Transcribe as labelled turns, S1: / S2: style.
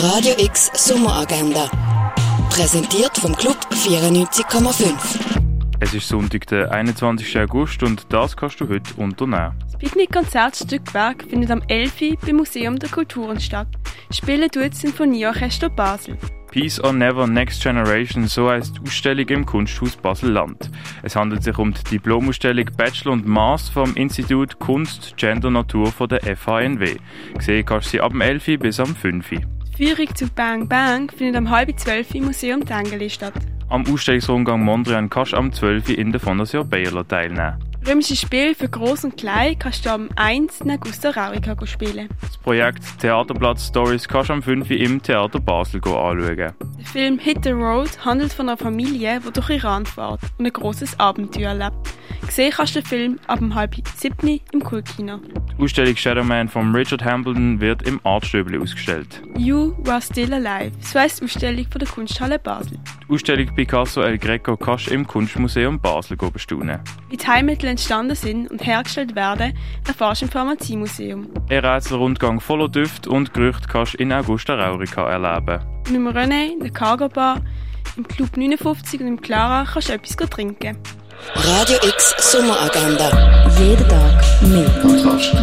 S1: Radio X Sommeragenda. Präsentiert vom Club 94,5.
S2: Es ist Sonntag, der 21. August und das kannst du heute unternehmen.
S3: Das Picknick-Konzertstück Werk findet am 11. Uhr beim Museum der Kulturen statt. Spielen tut das Sinfonieorchester Basel.
S2: Peace or Never Next Generation, so heißt die Ausstellung im Kunsthaus Basel-Land. Es handelt sich um die Diplomausstellung Bachelor und Maß vom Institut Kunst, Gender, Natur von der FHNW. Gesehen kannst du sie ab dem 11. Uhr bis am 5. Uhr.
S3: Die Führung zu Bang Bang findet am halb zwölf im Museum Tengeli statt.
S2: Am Ausstellungsrundgang Mondrian kannst du am 12. Uhr in der Fondation Bayerler teilnehmen.
S3: Römische Spiel für Groß und Klein kannst du am 1. Augusta Raurica spielen.
S2: Das Projekt Theaterplatz Stories kannst du am 5. Uhr im Theater Basel anschauen.
S3: Der Film Hit the Road handelt von einer Familie, die durch Iran fährt und ein großes Abenteuer erlebt. Gesehen kannst du den Film ab dem halb siebten im Kultkino.
S2: Die Ausstellung Shadowman von Richard Hambledon wird im Artstöbli ausgestellt.
S3: You Were Still Alive, so heisst die Ausstellung von der Kunsthalle Basel.
S2: Die Ausstellung Picasso El Greco kannst du im Kunstmuseum Basel bestaunen.
S3: Wie die Heilmittel entstanden sind und hergestellt werden, erfährst du im Pharmaziemuseum.
S2: Ein Rätselrundgang voller Düfte und Gerüchte kannst du in Augusta Raurica erleben.
S3: Und im René, in der Cargo Bar, im Club 59 und im Clara kannst du etwas trinken.
S1: Radio X Sommeragenda. Jeden Tag mehr.
S4: Kontrast.